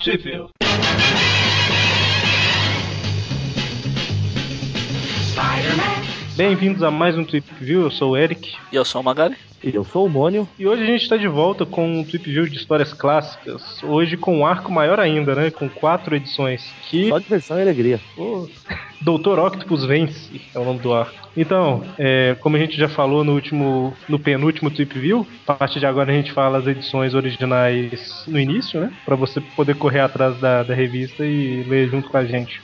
Sheffield. Bem-vindos a mais um Trip View, eu sou o Eric. E eu sou o Magari. E eu sou o Mônio. E hoje a gente está de volta com um Trip View de histórias clássicas. Hoje com um arco maior ainda, né? Com quatro edições. Que. Só diversão e alegria. Pô, Doutor Octopus Vence é o nome do arco. Então, é, como a gente já falou no último, no penúltimo Trip View, a partir de agora a gente fala as edições originais no início, né? Para você poder correr atrás da, da revista e ler junto com a gente.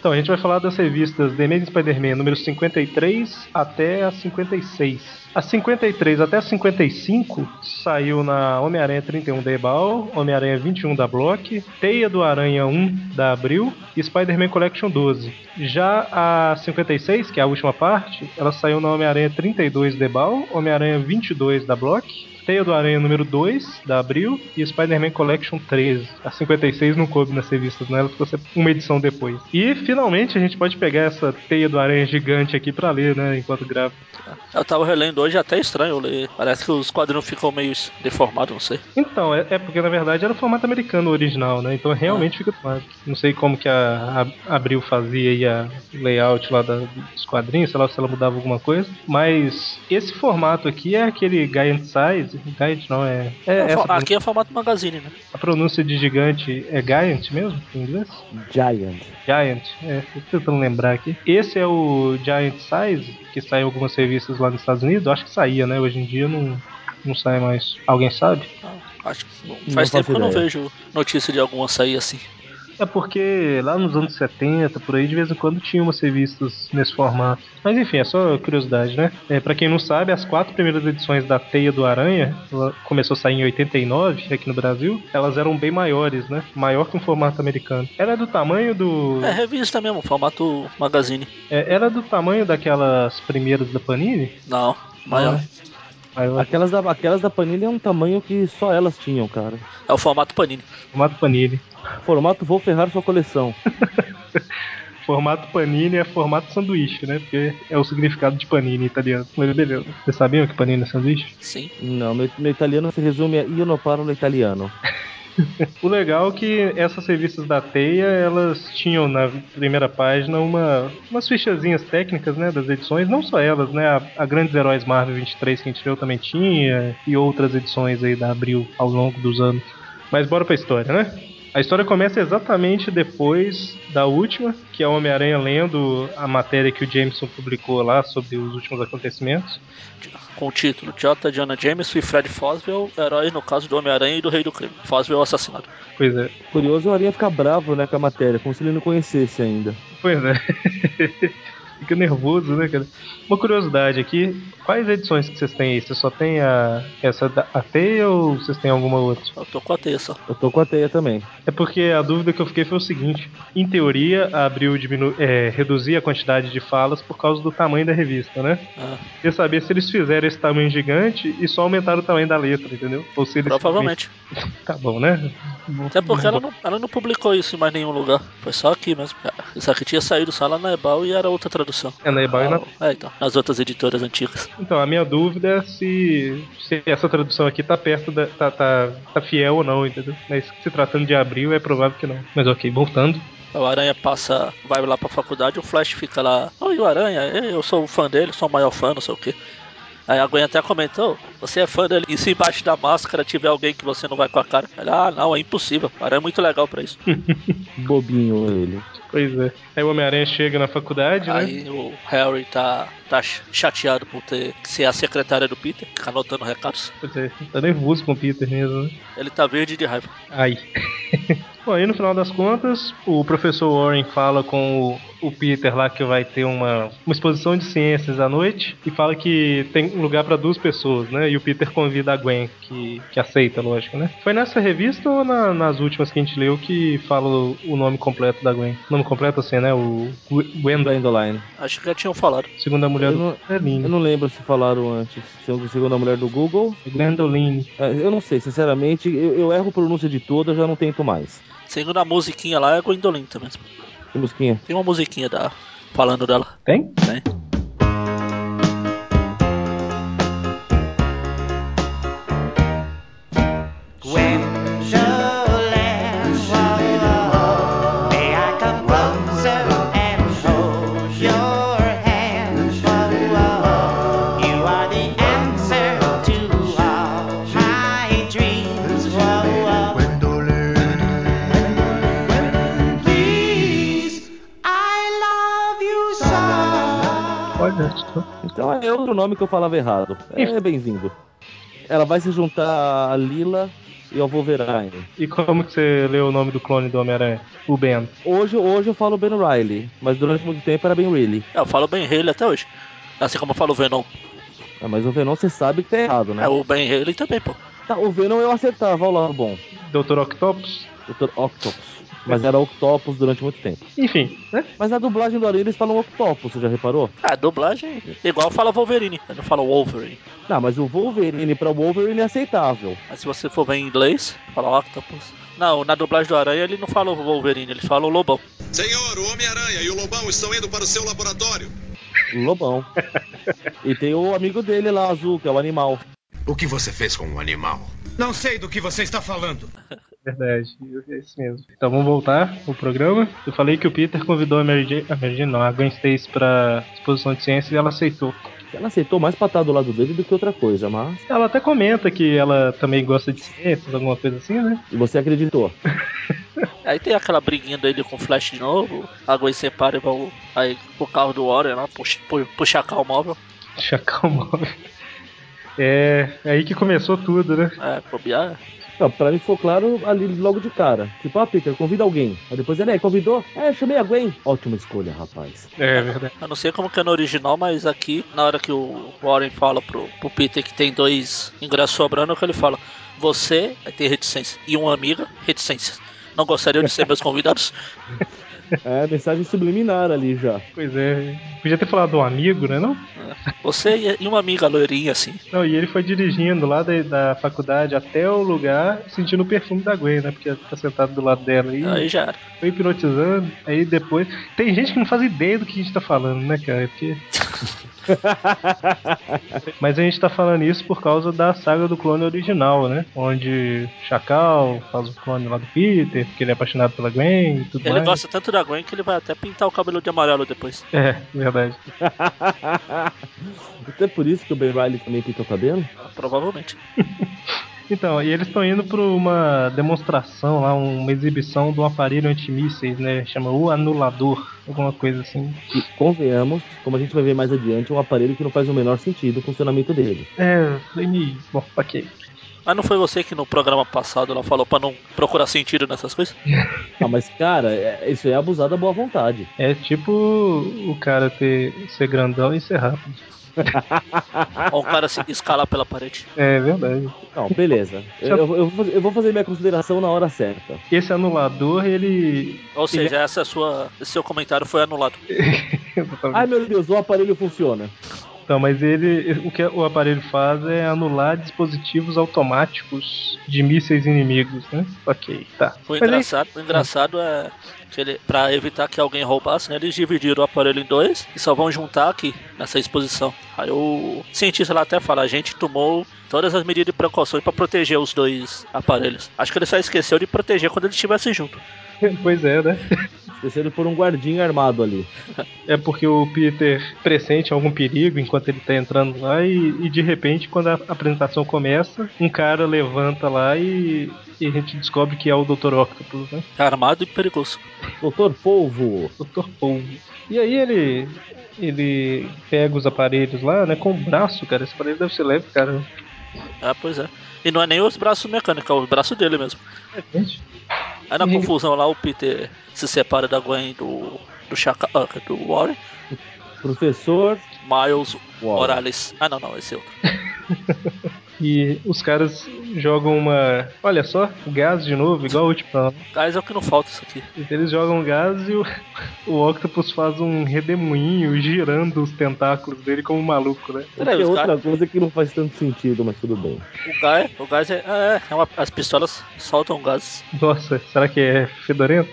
Então, a gente vai falar das revistas The Amazing Spider-Man número 53 até a 56. A 53 até a 55 saiu na Homem-Aranha 31 da Ebal, Homem-Aranha 21 da Block, Teia do Aranha 1 da Abril e Spider-Man Collection 12. Já a 56, que é a última parte, ela saiu na Homem-Aranha 32 da Ebal, Homem-Aranha 22 da Block, Teia do Aranha número 2, da Abril, e Spider-Man Collection 13. A 56 não coube nas revistas, né? Ela ficou uma edição depois. E finalmente a gente pode pegar essa Teia do Aranha gigante aqui pra ler, né? Enquanto grava. Eu tava relendo hoje, até estranho ler. Parece que os quadrinhos ficam meio deformados, não sei. Então, é, é porque na verdade era o formato americano original, né? Então realmente fica tomado. Não sei como que a, a Abril fazia aí a layout lá da- dos quadrinhos, sei lá se ela mudava alguma coisa. Mas esse formato aqui é aquele Giant Size. Giant não, é. é É, essa fo- aqui é formato magazine, né? a pronúncia de gigante é Giant mesmo, em inglês? Giant. Giant, é, tô tentando lembrar aqui. Esse é o Giant Size, que sai em algumas revistas lá nos Estados Unidos. Eu Acho que saía, né? Hoje em dia não, não sai mais. Alguém sabe? Ah, Acho que bom, Não faz tempo que faço eu não ideia. vejo notícia de alguma sair assim. É porque lá nos anos 70, por aí, de vez em quando tinha umas revistas nesse formato. Mas enfim, é só curiosidade, né? É, para quem não sabe, as quatro primeiras edições da Teia do Aranha, ela começou a sair em 89 aqui no Brasil, elas eram bem maiores, né? Maior que um formato americano. Ela é do tamanho do. É revista mesmo, formato magazine. é, ela é do tamanho daquelas primeiras da Panini? Não, maior. é? Maior. Aquelas da, aquelas da Panini é um tamanho que só elas tinham, cara. É o formato Panini. Formato Panini. Formato vou ferrar sua coleção. Formato panini é formato sanduíche, né? Porque é o significado de panini em italiano. Mas beleza. Vocês sabiam que panini é sanduíche? Sim. Não, meu, meu italiano se resume a io no parlo italiano. O legal é que essas revistas da Teia, elas tinham na primeira página uma, umas fichazinhas técnicas, né? Das edições. Não só elas, né? A, a Grandes Heróis Marvel 23 que a gente leu também tinha. E outras edições aí da Abril ao longo dos anos. Mas bora pra história, né? A história começa exatamente depois da última, que é o Homem-Aranha lendo a matéria que o Jameson publicou lá sobre os últimos acontecimentos. Com o título J. Diana Jameson e Fred Foswell, heróis no caso do Homem-Aranha e do Rei do Crime. Foswell assassinado. Pois é, Curioso, o Arinha fica bravo, né, com a matéria, como se ele não conhecesse ainda. pois é. Fica nervoso, né, cara? Uma curiosidade aqui, quais edições que vocês têm aí? Vocês só tem a essa da a Teia ou vocês têm alguma outra? Eu tô com a teia só. Eu tô com a teia também. É porque a dúvida que eu fiquei foi o seguinte: em teoria, a Abril diminu- é, reduzia a quantidade de falas por causa do tamanho da revista, né? Ah, Quer saber se eles fizeram esse tamanho gigante e só aumentaram o tamanho da letra, entendeu? Ou se eles provavelmente. Tá bom, né? Até porque ela não, ela não publicou isso em mais nenhum lugar. Foi só aqui mesmo. Isso aqui tinha saído só lá na Ebal e era outra tradução. É na Ebal e na... Ah, É, então. Nas outras editoras antigas. Então, a minha dúvida é se, se essa tradução aqui tá perto da. Tá, tá, tá fiel ou não, entendeu? Mas se tratando de abril, é provável que não. Mas ok, voltando. O Aranha passa, vai lá pra faculdade, o Flash fica lá. Oi, o Aranha, eu sou um fã dele, sou o maior fã, não sei o quê. Aí a Gwen até comentou, você é fã dele, e se embaixo da máscara tiver alguém que você não vai com a cara? Ele, ah, não, é impossível, o Aranha é muito legal pra isso. Uhum. Bobinho ele. Pois é. Aí o Homem-Aranha chega na faculdade, né? Aí o Harry tá, tá chateado por ter que ser a secretária do Peter, fica anotando recados. Pois é, tá nervoso com o Peter mesmo, né? Ele tá verde de raiva. Ai. Bom, aí no final das contas, o professor Warren fala com o, o Peter lá que vai ter uma, uma exposição de ciências à noite e fala que tem um lugar pra duas pessoas, né? E o Peter convida a Gwen, que, que aceita, lógico, né? Foi nessa revista ou na- nas últimas que a gente leu que fala o, o nome completo da Gwen? O nome completo assim, né? O Gw- Gwen, Gwendoline. Acho que já tinham falado. segunda mulher Eu do não- é, Eu Gwendoline. não lembro se falaram antes. Se eu- Segundo a mulher do Google, Gwendoline. É, eu não sei, sinceramente, eu, eu erro a pronúncia de toda, eu já não tento mais. Segundo a musiquinha lá, é Gwendolyn também. Que musiquinha? Tem uma musiquinha da, falando dela, Tem? né? Gwen Jolan was Então é outro nome que eu falava errado. É bem-vindo. Ela vai se juntar a Lila e ao Wolverine. E como que você leu o nome do clone do Homem-Aranha? O Ben. Hoje, hoje eu falo Ben Riley, mas durante muito tempo era Ben Reilly. É, eu falo Ben Haley até hoje. Assim como eu falo Venom. Ah, mas o Venom você sabe que tá errado, né? É, o Ben Haley também, pô. Tá, o Venom eu acertava, olha lá, bom. Dr. Octopus? Doutor Octopus. Mas era Octopus durante muito tempo. Enfim, né? Mas na dublagem do Aranha eles falam Octopus, você já reparou? Ah, dublagem igual fala Wolverine. Eu não falo Wolverine. Não, Tá, mas o Wolverine pra Wolverine é aceitável. Mas se você for ver em inglês, fala Octopus. Não, na dublagem do Aranha ele não fala o Wolverine, ele fala o Lobão. Senhor, o Homem-Aranha e o Lobão estão indo para o seu laboratório. Lobão. e tem o amigo dele lá, azul, que é o animal. O que você fez com o animal? Não sei do que você está falando. Verdade, é isso mesmo. Então vamos voltar ao programa. Eu falei que o Peter convidou a Mary Jane, a, Mary Jane, não, a Gwen Stacy pra exposição de ciências e ela aceitou. Ela aceitou mais pra estar do lado dele do que outra coisa, mas. Ela até comenta que ela também gosta de ciências, alguma coisa assim, né? E você acreditou. Aí tem aquela briguinha dele com o Flash de novo, a Gwen separa e vão aí pro carro do Warren lá, puxa, pu- puxa o móvel. Chacal móvel. É, é aí que começou tudo, né? É, bobear. Não, pra mim ficou claro ali logo de cara. Tipo, ah, Peter, convida alguém. Aí depois ele, é, convidou? É, chamei a Gwen. Ótima escolha, rapaz. É verdade. Eu não sei como que é no original, mas aqui, na hora que o Warren fala pro, pro Peter que tem dois ingressos sobrando, é o que ele fala: Você vai ter reticência e uma amiga, reticências. Não gostariam de ser meus convidados? É, mensagem subliminar ali já. Pois é. Podia ter falado um amigo, né? Não? Você e- e uma amiga loirinha, assim. não, e ele foi dirigindo lá da, da faculdade até o lugar, sentindo o perfume da Gwen, né? Porque ela tá sentado do lado dela aí. Aí já era. Foi hipnotizando, aí depois. Tem gente que não faz ideia do que a gente tá falando, né, cara? Porque... Mas a gente tá falando isso por causa da saga do clone original, né? Onde Chacal faz o clone lá do Peter, porque ele é apaixonado pela Gwen e tudo Ele mais. gosta tanto da Gwen que ele vai até pintar o cabelo de amarelo depois. É, verdade. Até por isso que o Ben Riley também pinta o cabelo. Ah, Provavelmente. Então, e eles estão indo para uma demonstração lá, uma exibição de um aparelho antimísseis, né? Chama o anulador, alguma coisa assim. E convenhamos, como a gente vai ver mais adiante, é um aparelho que não faz o menor sentido o funcionamento dele. É, falei, "Ih, bom, ok. Mas não foi você que no programa passado ela falou pra não procurar sentido nessas coisas? Ah, mas cara, é- isso é abusar da boa vontade. É tipo o cara ter ser grandão e ser rápido. Ou um cara se escalar pela parede. É verdade. Não, beleza. Eu, eu- eu vou fazer- eu vou fazer minha consideração na hora certa. Esse anulador, ele. Ou seja, essa é sua, esse seu comentário foi anulado. Ai meu Deus, o aparelho funciona. Então, mas ele. O que o aparelho faz é anular dispositivos automáticos de mísseis inimigos, né? Ok, tá. O Mas aí- engraçado, o engraçado é que ele, pra evitar que alguém roubasse, né, eles dividiram o aparelho em dois e só vão juntar aqui, nessa exposição. Aí o cientista lá até fala, a gente tomou todas as medidas de precaução pra proteger os dois aparelhos. Acho que ele só esqueceu de proteger quando eles estivessem junto. pois é, né? Esqueceram por um guardinha armado ali. É porque o Peter pressente algum perigo enquanto ele tá entrando lá e, e de repente, quando a apresentação começa, um cara levanta lá e, e a gente descobre que é o Dr. Octopus, né? Armado e perigoso. Doutor Polvo. Dr. Polvo. E aí ele ele pega os aparelhos lá, né, com o braço, cara. Esse aparelho deve ser leve, cara. Ah, pois é. E não é nem os braços mecânicos, é o braço dele mesmo. Gente, Aí na Uhum. confusão lá o Peter se separa da Gwen e do. do Chaka. ah, do Warren. Professor. Miles Uau. Morales. Ah não, não, esse é outro. E os caras jogam uma. Olha só, gás de novo, igual o último. programa. Guys, é o que não falta isso aqui. Eles jogam gás e o, o Octopus faz um redemoinho girando os tentáculos dele como um maluco, né? O que Peraí, é os outra caras- coisa que não faz tanto sentido, mas tudo bem. O gás, o gás é. é, é uma- as pistolas soltam gás. Nossa, será que é fedorento?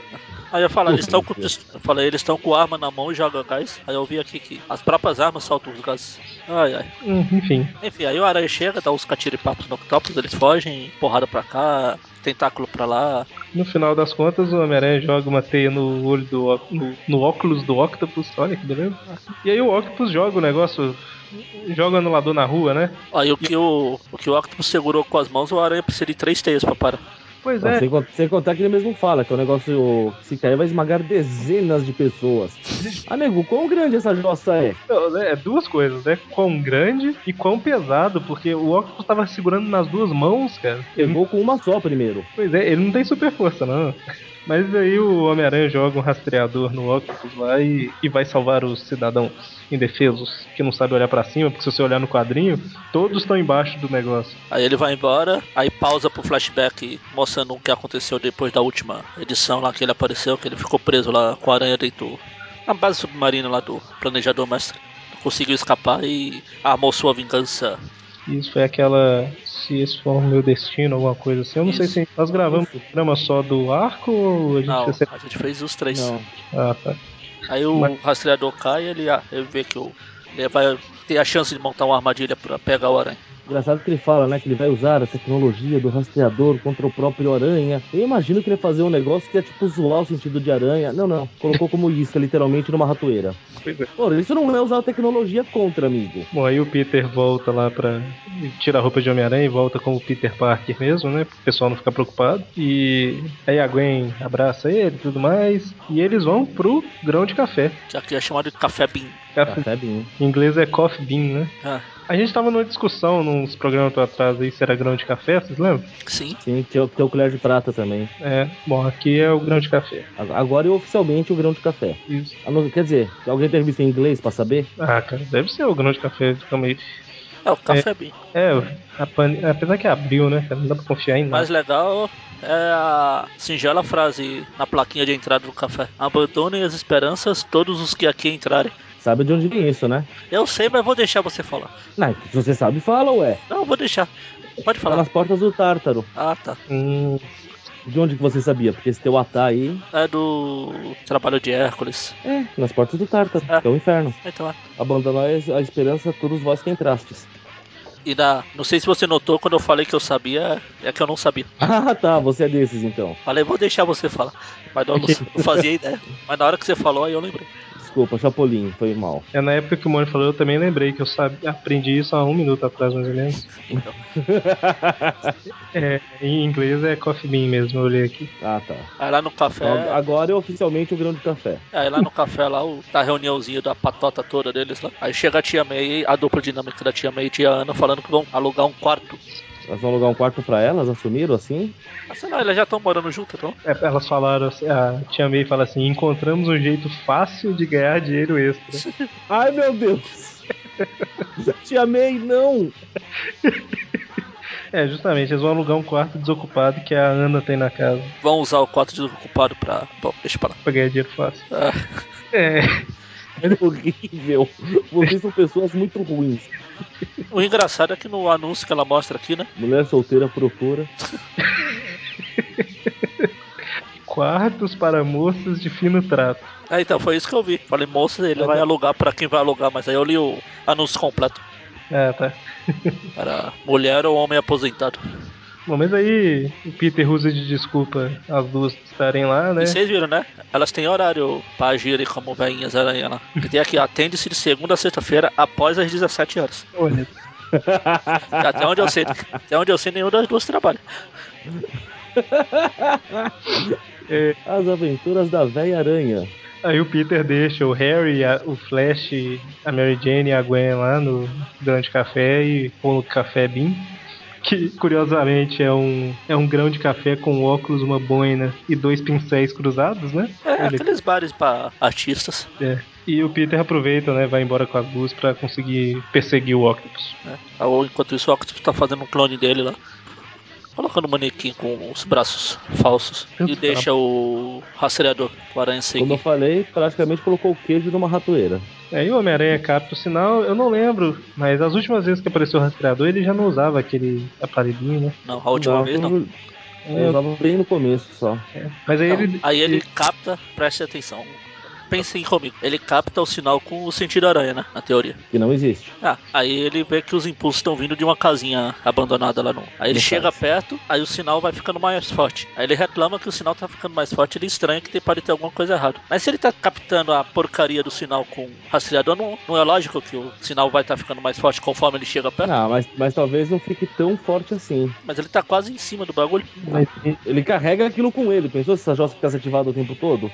Aí eu falo, "Ah, eles estão com. Meu Deus. Eu falei, eles estão com arma na mão e jogam gás. Aí eu vi aqui que as próprias armas soltam os gases. Ai ai. Hum, enfim. Enfim, aí o Aranha chega, dá uns catiripapos no octopus, eles fogem, porrada pra cá, tentáculo pra lá. No final das contas, o Homem-Aranha joga uma teia no olho do Oc- no, no óculos do Octopus, olha que beleza. E aí o Octopus joga o negócio, joga o anulador na rua, né? Aí o que o, o que o Octopus segurou com as mãos, o Aranha precisa de três teias pra parar. Pois Não, é. sem, con- sem contar que ele mesmo fala que é um negócio que se cair vai esmagar dezenas de pessoas. Amigo, quão grande essa jossa é? Não, né, É duas coisas, né? Quão grande e quão pesado, porque o Octopus tava segurando nas duas mãos, cara. Ele, Pegou com uma só primeiro. pois é, ele não tem super força, não. Mas aí o Homem-Aranha joga um rastreador no Octopus lá e, e vai salvar os cidadãos indefesos que não sabem olhar pra cima, porque se você olhar no quadrinho, todos estão embaixo do negócio. Aí ele vai embora, aí pausa pro flashback mostrando o que aconteceu depois da última edição lá que ele apareceu, que ele ficou preso lá com a aranha dentro na base submarina lá do planejador mestre. Conseguiu escapar e armou sua vingança. Isso foi aquela. Se esse for o meu destino, alguma coisa assim. Eu não Isso. sei se nós gravamos o programa só do arco ou a gente Não, recebe- a gente fez os três. Não. Ah, tá. Aí o rastreador cai e ele, ah, ele vê que o, ele vai ter a chance de montar uma armadilha pra pegar o aranha. Engraçado que ele fala, né? Que ele vai usar a tecnologia do rastreador contra o próprio aranha. Eu imagino que ele ia fazer um negócio que ia, tipo, zoar o sentido de aranha. Não, não. Colocou como isca, literalmente, numa ratoeira. Pois é. Pô, isso não é usar a tecnologia contra, amigo. Bom, aí o Peter volta lá pra. Tira a roupa de Homem-Aranha e volta com o Peter Parker mesmo, né? Pro pessoal não ficar preocupado. E aí a Gwen abraça ele e tudo mais. E eles vão pro grão de café. Que aqui é chamado de café bean. Café- Café bem. Em inglês é coffee bean, né? Ah, A gente tava numa discussão nos programas pra trás aí se era grão de café, vocês lembram? sim. Sim, tem o, tem o colher de prata também. É, bom, aqui é o grão de café. A- Agora é oficialmente o grão de café. Isso. Ah, não, Quer dizer, alguém tem visto em inglês pra saber? Ah, cara, deve ser o grão de café, calma aí. É o café bean. É, a Pan- apesar que abriu, né? cara? Não dá pra confiar em O nada. mais legal é a singela frase na plaquinha de entrada do café: Abandonem as esperanças todos os que aqui entrarem. Sabe de onde vem isso, né? Eu sei, mas vou deixar você falar. Não, se você sabe, fala, ué. Não, vou deixar. Pode Tá falar. nas portas do Tártaro. Ah, tá. Hum, De onde que você sabia? Porque esse teu atá aí É do trabalho de Hércules. é nas portas do Tártaro, É. que é o inferno. Então, é. Abandonai a esperança todos vós que entrastes. e na... não sei se você notou quando eu falei que eu sabia, é que eu não sabia. Ah, tá, você é desses então. Falei, vou deixar você falar. Mas não, não fazia ideia. Mas na hora que você falou, aí eu lembrei. Desculpa, Chapolin, foi mal. é na época que o Mônio falou, eu também lembrei que eu sabe, aprendi isso há um minuto atrás, mais ou menos. Então, É, em inglês é coffee bean mesmo, eu olhei aqui. Ah, tá. aí lá no café. Então, Agora é oficialmente o grão de café. Aí lá no café, lá, o, na reuniãozinha da patota toda deles lá. Aí chega a tia May, a dupla dinâmica da tia May e tia Ana falando que vão alugar um quarto. Elas vão alugar um quarto pra elas, assumiram assim? Mas sei lá, elas já estão morando junto, então. É, elas falaram, assim, a Tia May fala assim, encontramos um jeito fácil de ganhar dinheiro extra. Ai, meu Deus! Te amei, não! É, justamente, eles vão alugar um quarto desocupado que a Ana tem na casa Vão usar o quarto desocupado pra. Bom, deixa pra lá. pra ganhar dinheiro fácil. Ah, É, É horrível. Vocês são pessoas muito ruins. o engraçado é que no anúncio que ela mostra aqui, né? Mulher solteira procura. quartos para moças de fino trato. Ah, então foi isso que eu vi. Falei, moça, ele vai alugar pra quem vai alugar, mas aí eu li o anúncio completo. Ah, tá. Era mulher ou homem aposentado. Bom, mas aí o Peter usa de desculpa as duas estarem lá, né? E vocês viram, né? Elas têm horário pra agirem como veinhas aranha lá. E tem aqui, atende-se de segunda a sexta-feira após as 17 horas. Olha, Até onde eu sei, até onde eu sei, nenhuma das duas trabalha. As aventuras da velha aranha. é, Aí o Peter deixa o Harry, a- o Flash, a Mary Jane e a Gwen lá no grão de café e põe o café Bean. Que curiosamente é um, é um grão de café com óculos, uma boina e dois pincéis cruzados, né? É, Ele- aqueles bares pra artistas. é. E o Peter aproveita, né? Vai embora com as duas pra conseguir perseguir o Octopus. Né? Ou enquanto isso, o Octopus tá fazendo um clone dele lá. Colocando o manequim com os braços falsos. E Tanto deixa o rastreador do aranha Como eu seguir. falei, praticamente colocou o queijo numa ratoeira. Aí É, o Homem-Aranha capta o sinal, eu não lembro, mas as últimas vezes que apareceu o rastreador ele já não usava aquele aparelhinho, né? Não, a última vez não. Eu é, tava bem no começo só. É, Mas aí Então, ele. aí ele capta, preste atenção. pensem comigo. Ele capta o sinal com o sentido aranha, né? Na teoria. Que não existe. Ah, aí ele vê que os impulsos estão vindo de uma casinha abandonada lá no. Aí ele Não chega faz. perto, aí o sinal vai ficando mais forte. Aí ele reclama que o sinal tá ficando mais forte, ele estranha que tem- pode ter alguma coisa errada. Mas se ele tá captando a porcaria do sinal com rastreador, não, não é lógico que o sinal vai estar ficando mais forte conforme ele chega perto. Ah, mas, mas talvez não fique tão forte assim. Mas ele tá quase em cima do bagulho. Mas, Ele carrega aquilo com ele. Pensou se essa jossa ficasse ativada o tempo todo?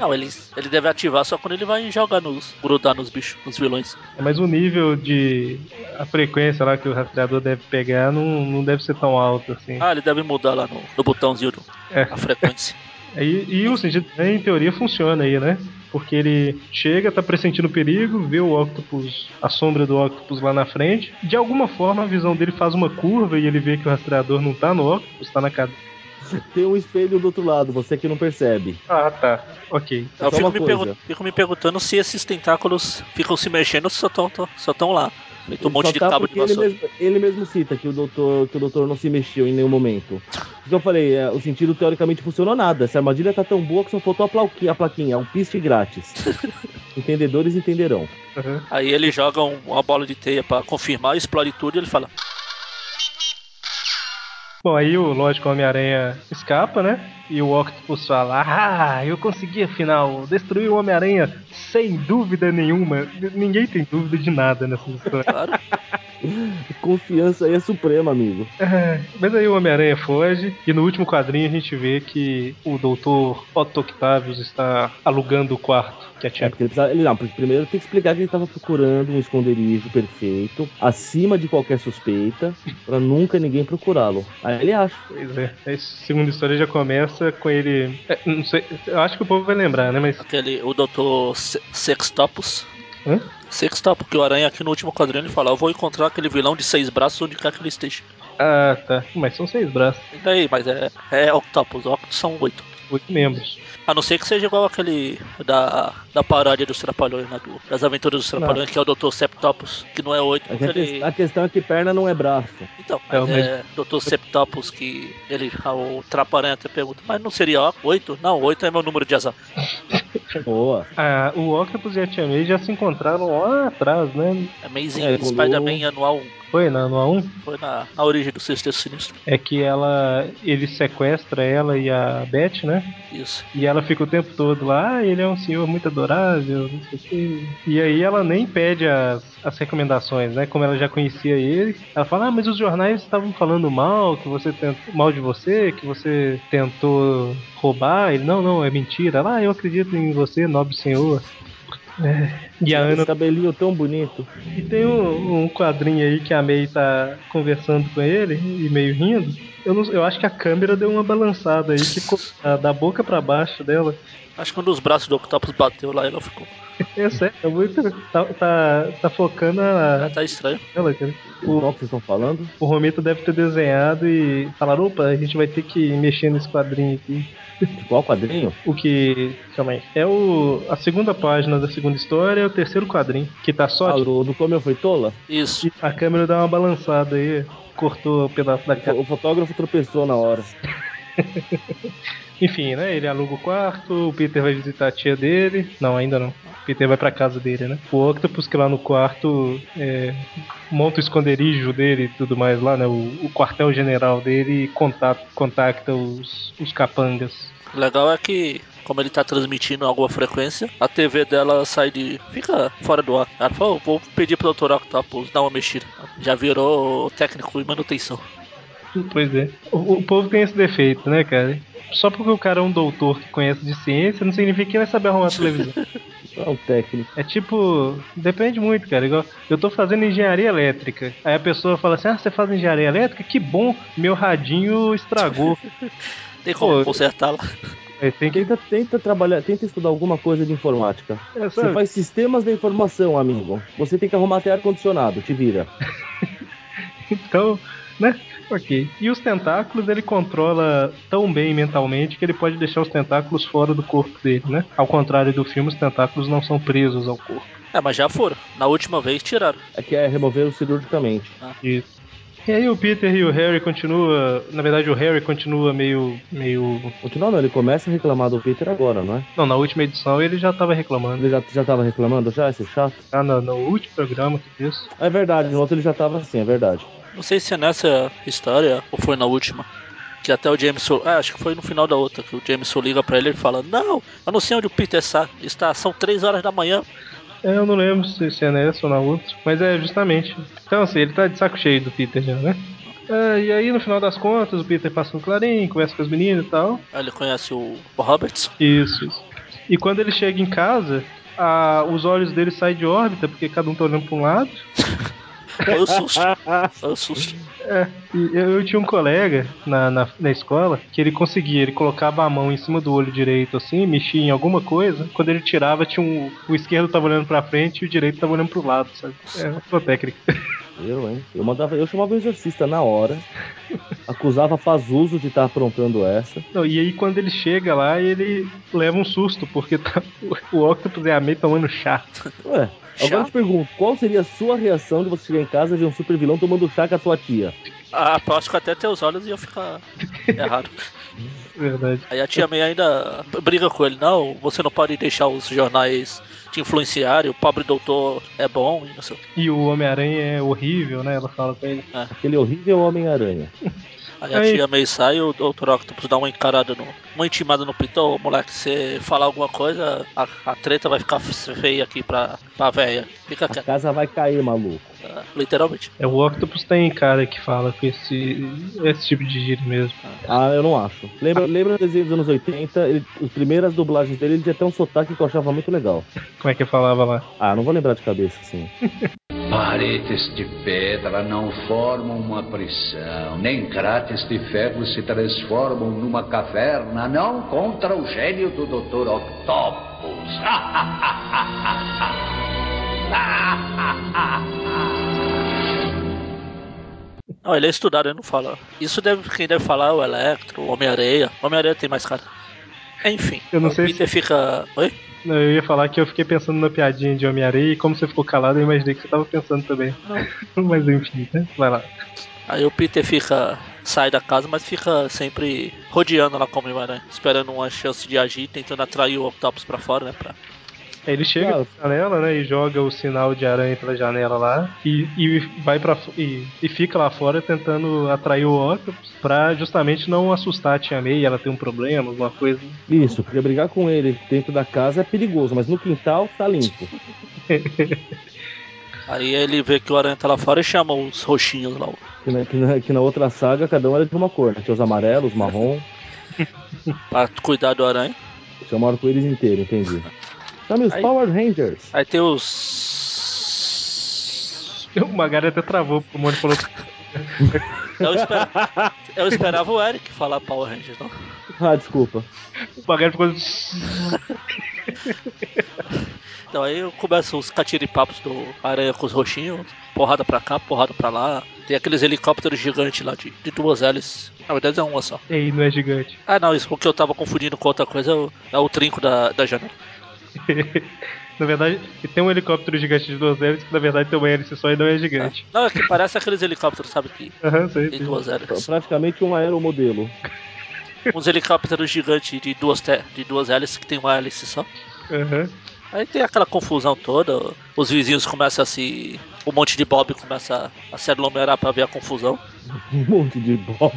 Não, ele, ele deve ativar só quando ele vai jogar nos. grudar nos bichos, nos vilões. mas o é um nível de. a frequência lá que o rastreador deve pegar não, não deve ser tão alto assim. Ah, ele deve mudar lá no, no botãozinho do, É. a frequência. E, e o sentido aranha, em teoria, funciona aí, né? Porque ele chega, tá pressentindo o perigo, vê o Octopus, a sombra do Octopus lá na frente. De alguma forma, a visão dele faz uma curva e ele vê que o rastreador não tá no Octopus, tá na cadeia. Tem um espelho do outro lado, você que não percebe. Ah, tá. Ok. É Eu só fico uma me, coisa. pergun- fico me perguntando se esses tentáculos ficam se mexendo ou só estão só tão lá. Feito um Ele monte só de tá cabo de porque ele vassoura. mesmo, ele mesmo cita que o, doutor, que o doutor não se mexeu em nenhum momento. Então eu falei, é, o sentido teoricamente funcionou nada. Essa armadilha tá tão boa que só faltou a plaquinha, a plaquinha um piste grátis. Entendedores entenderão. Aham. Aí ele joga um- uma bola de teia pra confirmar, explode tudo e ele fala: Bom, aí o lógico Homem-Aranha escapa, né? E o Octopus fala: Ah, eu consegui afinal, destruir o Homem-Aranha sem dúvida nenhuma. N- Ninguém tem dúvida de nada nessa história. Claro, Confiança aí é suprema, amigo. É, Mas aí o Homem-Aranha foge, e no último quadrinho a gente vê que o Dr. Otto Octavius está alugando o quarto que a É, tia. porque ele precisava. Ele, não, primeiro tem que explicar que ele estava procurando um esconderijo perfeito, acima de qualquer suspeita, pra nunca ninguém procurá-lo. Aí ele acha. Pois é. Essa segunda história já começa com ele. é, não sei, eu acho que o povo vai lembrar, né? Mas. aquele, o doutor Se- Sextopus. Hã? Ah. Sextopus, que o aranha aqui no último quadrinho ele fala: Eu vou encontrar aquele vilão de seis braços onde quer que ele esteja. Ah, tá. Mas são seis braços, E daí, mas é, é Octopus, Octopus são oito. oito membros. A não ser que seja igual aquele da, da paródia dos Trapalhões, né, do- das aventuras dos Trapalhões, que é o Dr. Septopus, que não é oito, A, porque que- ele. a questão é que perna não é braço. Então, É, mas mas- é Dr. Septopus que ele, o Traparanha até pergunta, mas não seria ó, oito? Não, oito é meu número de azar. Boa. Ah, o Octopus e a Tia May já se encontraram lá atrás, né? Amazing É, quando- Spider-Man anual 1. Foi na no A1? Foi na, na origem do Sexteto Sinistro. É que ela. ele sequestra ela e a Beth, né? Isso. E ela fica o tempo todo lá, ah, ele é um senhor muito adorável, não sei o quê. E aí ela nem pede as, as recomendações, né? Como ela já conhecia ele, ela fala, ah, mas os jornais estavam falando mal, que você tentou, mal de você, que você tentou roubar. Ele, não, não, é mentira. Ela, ah, eu acredito em você, nobre senhor. É. E a Ana Esse cabelinho tão bonito. e tem um, um quadrinho aí que a May tá conversando com ele e meio rindo. Eu, não- eu acho que a câmera deu uma balançada aí, que ficou da, da boca pra baixo dela. Acho que quando os braços do Octopus bateu lá, ela ficou. É sério, tá muito. Tá, tá, tá focando Ah, a, tá estranho. ela, cara. O O- qual que vocês estão falando? O Romito deve ter desenhado e falaram: opa, a gente vai ter que mexer nesse quadrinho aqui. De qual quadrinho? O que. Calma aí. É o, a segunda página da segunda história, é o terceiro quadrinho, que tá só. Ah, do, do Como Eu Fui Tola? Isso. E A câmera dá uma balançada aí, cortou o pedaço da cara. O fotógrafo tropeçou na hora. Enfim, né? Ele aluga o quarto, o Peter vai visitar a tia dele. Não, ainda não. O Peter vai pra casa dele, né? O Octopus, que lá no quarto é, monta o esconderijo dele e tudo mais lá, né? O, o quartel-general dele e contata, contacta os, os capangas. O legal é que, como ele tá transmitindo alguma frequência, a TV dela sai de. fica fora do ar. Ela falou, "Eu vou pedir pro Dr. Octopus dar uma mexida. Já virou técnico e manutenção. Pois é. O, o povo tem esse defeito, né, cara? Só porque o cara é um doutor que conhece de ciência, não significa que ele vai saber arrumar a televisão. Não é um técnico. É tipo, depende muito, cara. Igual, eu tô fazendo engenharia elétrica. Aí a pessoa fala assim: Ah, você faz engenharia elétrica? Que bom, meu radinho estragou. Tem como Pô, consertar lá. Aí tem que. Tenta, tenta trabalhar, tenta estudar alguma coisa de informática. É, Você sabe? faz sistemas da informação, amigo. Você tem que arrumar até ar-condicionado, te vira. Então, né? Ok. E os tentáculos ele controla tão bem mentalmente que ele pode deixar os tentáculos fora do corpo dele, né? Ao contrário do filme, os tentáculos não são presos ao corpo. É, mas já foram. Na última vez tiraram. É que é remover cirurgicamente. Isso. E aí o Peter e o Harry continua, na verdade o Harry continua meio meio, Continua não, ele começa a reclamar do Peter agora, não é? não, na última edição ele já tava reclamando, Ele já, já tava reclamando já, esse chato? já no, no último programa que fez. É verdade, no outro ele já tava assim, é verdade. Não sei se é nessa história ou foi na última. Que até o James Sul. Ah, acho que foi no final da outra. Que o James Sul liga pra ele e fala: Não, eu não sei onde o Peter sa- está. São três horas da manhã. É, eu não lembro se, se é nessa ou na outra, mas é justamente. Então, assim, ele tá de saco cheio do Peter já, né? É, e aí, no final das contas, o Peter passa no clarim, conversa com as meninas e tal. Aí ele conhece o, o Robertson. Isso, isso. E quando ele chega em casa, a- os olhos dele saem de órbita, porque cada um tá olhando pra um lado. Foi o susto. Foi o susto. É, e eu, eu tinha um colega na, na, na escola que ele conseguia, ele colocava a mão em cima do olho direito assim, mexia em alguma coisa, quando ele tirava, tinha um. O esquerdo tava olhando pra frente e o direito tava olhando pro lado, sabe? É uma técnica. Eu, hein? Eu, mandava, eu chamava o exorcista na hora, acusava Pazuso de estar aprontando essa. Não, e aí quando ele chega lá, ele leva um susto, porque tá, o, o Octopus é a May tomando chá. Ué, agora eu te pergunto, qual seria a sua reação de você chegar em casa e ver um super vilão tomando chá com a sua tia? Ah, aposto que até teus olhos iam ficar errado. Verdade. Aí a tia May ainda briga com ele: Não, você não pode deixar os jornais te influenciarem. O pobre doutor é bom. E não sei o quê. E o Homem-Aranha é horrível, né? Ela fala pra ele. Aquele horrível Homem-Aranha. Aí a Aí. tia May sai e o Dr. Octopus dá uma encarada, no, uma intimada no Pitão. Ô, moleque, se falar alguma coisa, a, a treta vai ficar feia aqui pra, pra véia. Fica A quieto, casa vai cair, maluco. ah, literalmente. É, o Octopus tem cara que fala com esse, esse tipo de giro mesmo. Ah, eu não acho. Lembra, lembra do desenho dos anos 80? Ele, as primeiras dublagens dele, ele tinha até um sotaque que eu achava muito legal. Como é que eu falava lá? Ah, não vou lembrar de cabeça, assim. Paredes de pedra não formam uma prisão, nem cráteres de ferro se transformam numa caverna, não contra o gênio do Dr. Octopus. Não, ele é estudado, ele não fala. Isso deve, quem deve falar é o Electro, o Homem-Areia. O Homem-Areia tem mais cara. Enfim, Eu não o sei Peter fica. Oi? Não, Eu ia falar que eu fiquei pensando na piadinha de Homem-Aranha e como você ficou calado, eu imaginei que você tava pensando também. Mas enfim, né? Vai lá. Aí o Peter fica. sai da casa, mas fica sempre rodeando lá como Homem-Aranha, esperando uma chance de agir, tentando atrair o Octopus pra fora, né? Pra... Aí ele chega Claro. na janela, né? E joga o sinal de aranha pela janela lá. E, e vai para e, e fica lá fora tentando atrair o Octopus pra justamente não assustar a Tia May, ela tem um problema, alguma coisa. Isso, porque brigar com ele dentro da casa é perigoso, mas no quintal tá limpo. Aí ele vê que o Aranha tá lá fora e chama os roxinhos lá, o Que na, que na- que na outra saga cada um era de uma cor, né? Tinha os amarelos, marrom, pra cuidar do aranha. chamaram com eles inteiro, entendi. Chame os Aí- Power Rangers. Aí tem os. O Magari até travou, porque o Mônio falou que Eu, esper- Eu esperava o Eric falar Power Rangers, não? Ah, desculpa. o Magari ficou. Então aí começam os catiripapos do Aranha com os roxinhos, porrada pra cá, porrada pra lá. Tem aqueles helicópteros gigantes lá de, de duas hélices. Na verdade é uma só. E aí, não é gigante. Ah não, isso porque eu tava confundindo com outra coisa, é o, é o trinco da, da janela. na verdade, tem um helicóptero gigante de duas hélices que na verdade tem uma hélice só e não é gigante. Não, é que parece aqueles helicópteros, sabe? Que Aham, sei, tem sei. duas hélices. Praticamente um aeromodelo. Uns helicópteros gigantes de duas, te- de duas hélices que tem uma hélice só. Aham. Aí tem aquela confusão toda, os vizinhos começam a se. Um monte de Bob começa a se aglomerar pra ver a confusão. Um monte de Bob.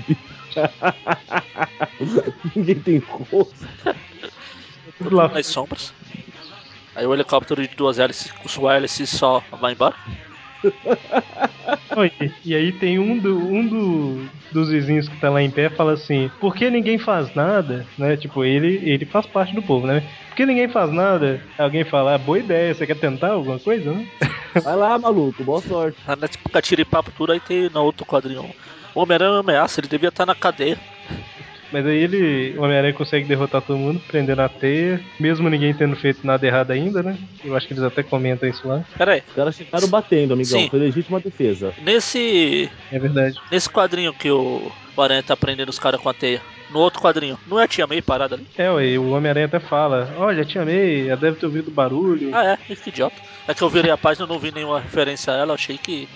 Ninguém tem rosto. Tudo lá. nas sombras. Aí o helicóptero de duas hélices, com sua hélice só vai embora. Não, e- E aí tem um, do- um do- dos vizinhos que tá lá em pé fala assim, por que ninguém faz nada? Né? Tipo, ele, ele faz parte do povo, né? Por que ninguém faz nada? Alguém fala, "Ah, boa ideia, você quer tentar alguma coisa, né? Vai lá, maluco, boa sorte. Aí na tipo catiripapo tudo, aí tem no outro quadrinho. O Homem-Aranha é uma ameaça, ele devia estar na cadeia. Mas aí ele, o Homem-Aranha consegue derrotar todo mundo, prender na teia, mesmo ninguém tendo feito nada errado ainda, né? Eu acho que eles até comentam isso lá. Pera aí, Os caras chegaram batendo, amigão. Sim. Foi legítima defesa. nesse, É verdade. nesse quadrinho que o, o Aranha tá prendendo os caras com a teia, no outro quadrinho. Não é a Tia May parada ali? É, ué, o Homem-Aranha até fala: Olha, te amei, ela deve ter ouvido barulho. Ah, é, que idiota. É que eu virei a página, eu não vi nenhuma referência a ela, eu achei que.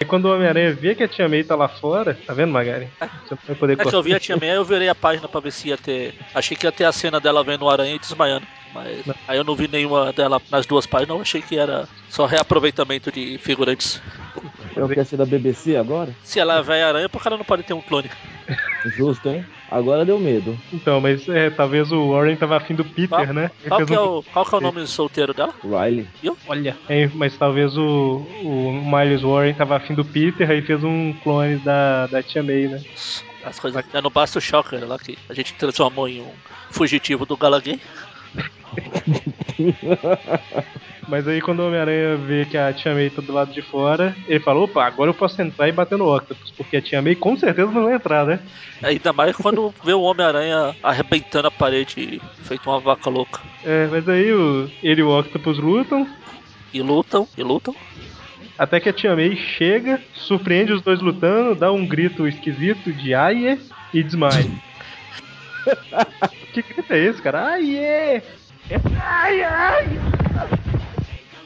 E quando o Homem-Aranha vê que a Tia May tá lá fora, tá vendo, Magari? Você não vai poder É que eu vi a cortar. Tia May, aí eu virei a página pra ver se ia ter. Achei que ia ter a cena dela vendo o aranha e desmaiando. Mas aí eu não vi nenhuma dela nas duas páginas, eu achei que era só reaproveitamento de figurantes. É o cast da BBC agora? Se ela é velha aranha, por que ela não pode ter um clone? Justo, hein? Agora deu medo. Então, mas é, talvez o Warren tava afim do Qual, Peter, né? Ele qual fez que é um- o, qual que é o nome solteiro dela? Riley. Olha. É, mas talvez o, o Miles Warren tava afim do Peter, aí fez um clone da, da Tia May, né? As coisas. Já não basta o Shocker lá que a gente transformou em um fugitivo do Galaguei. Mas aí quando o Homem-Aranha vê que a Tia May tá do lado de fora, ele fala, opa, agora eu posso entrar e bater no Octopus, porque a Tia May com certeza não vai entrar, né? Ainda mais quando vê o Homem-Aranha arrebentando a parede feito uma vaca louca. É, mas aí o, ele e o Octopus lutam, E lutam, e lutam. até que a Tia May chega, surpreende os dois lutando, dá um grito esquisito de aie e desmaia. que grito é esse, cara? Aie! É aie, aie!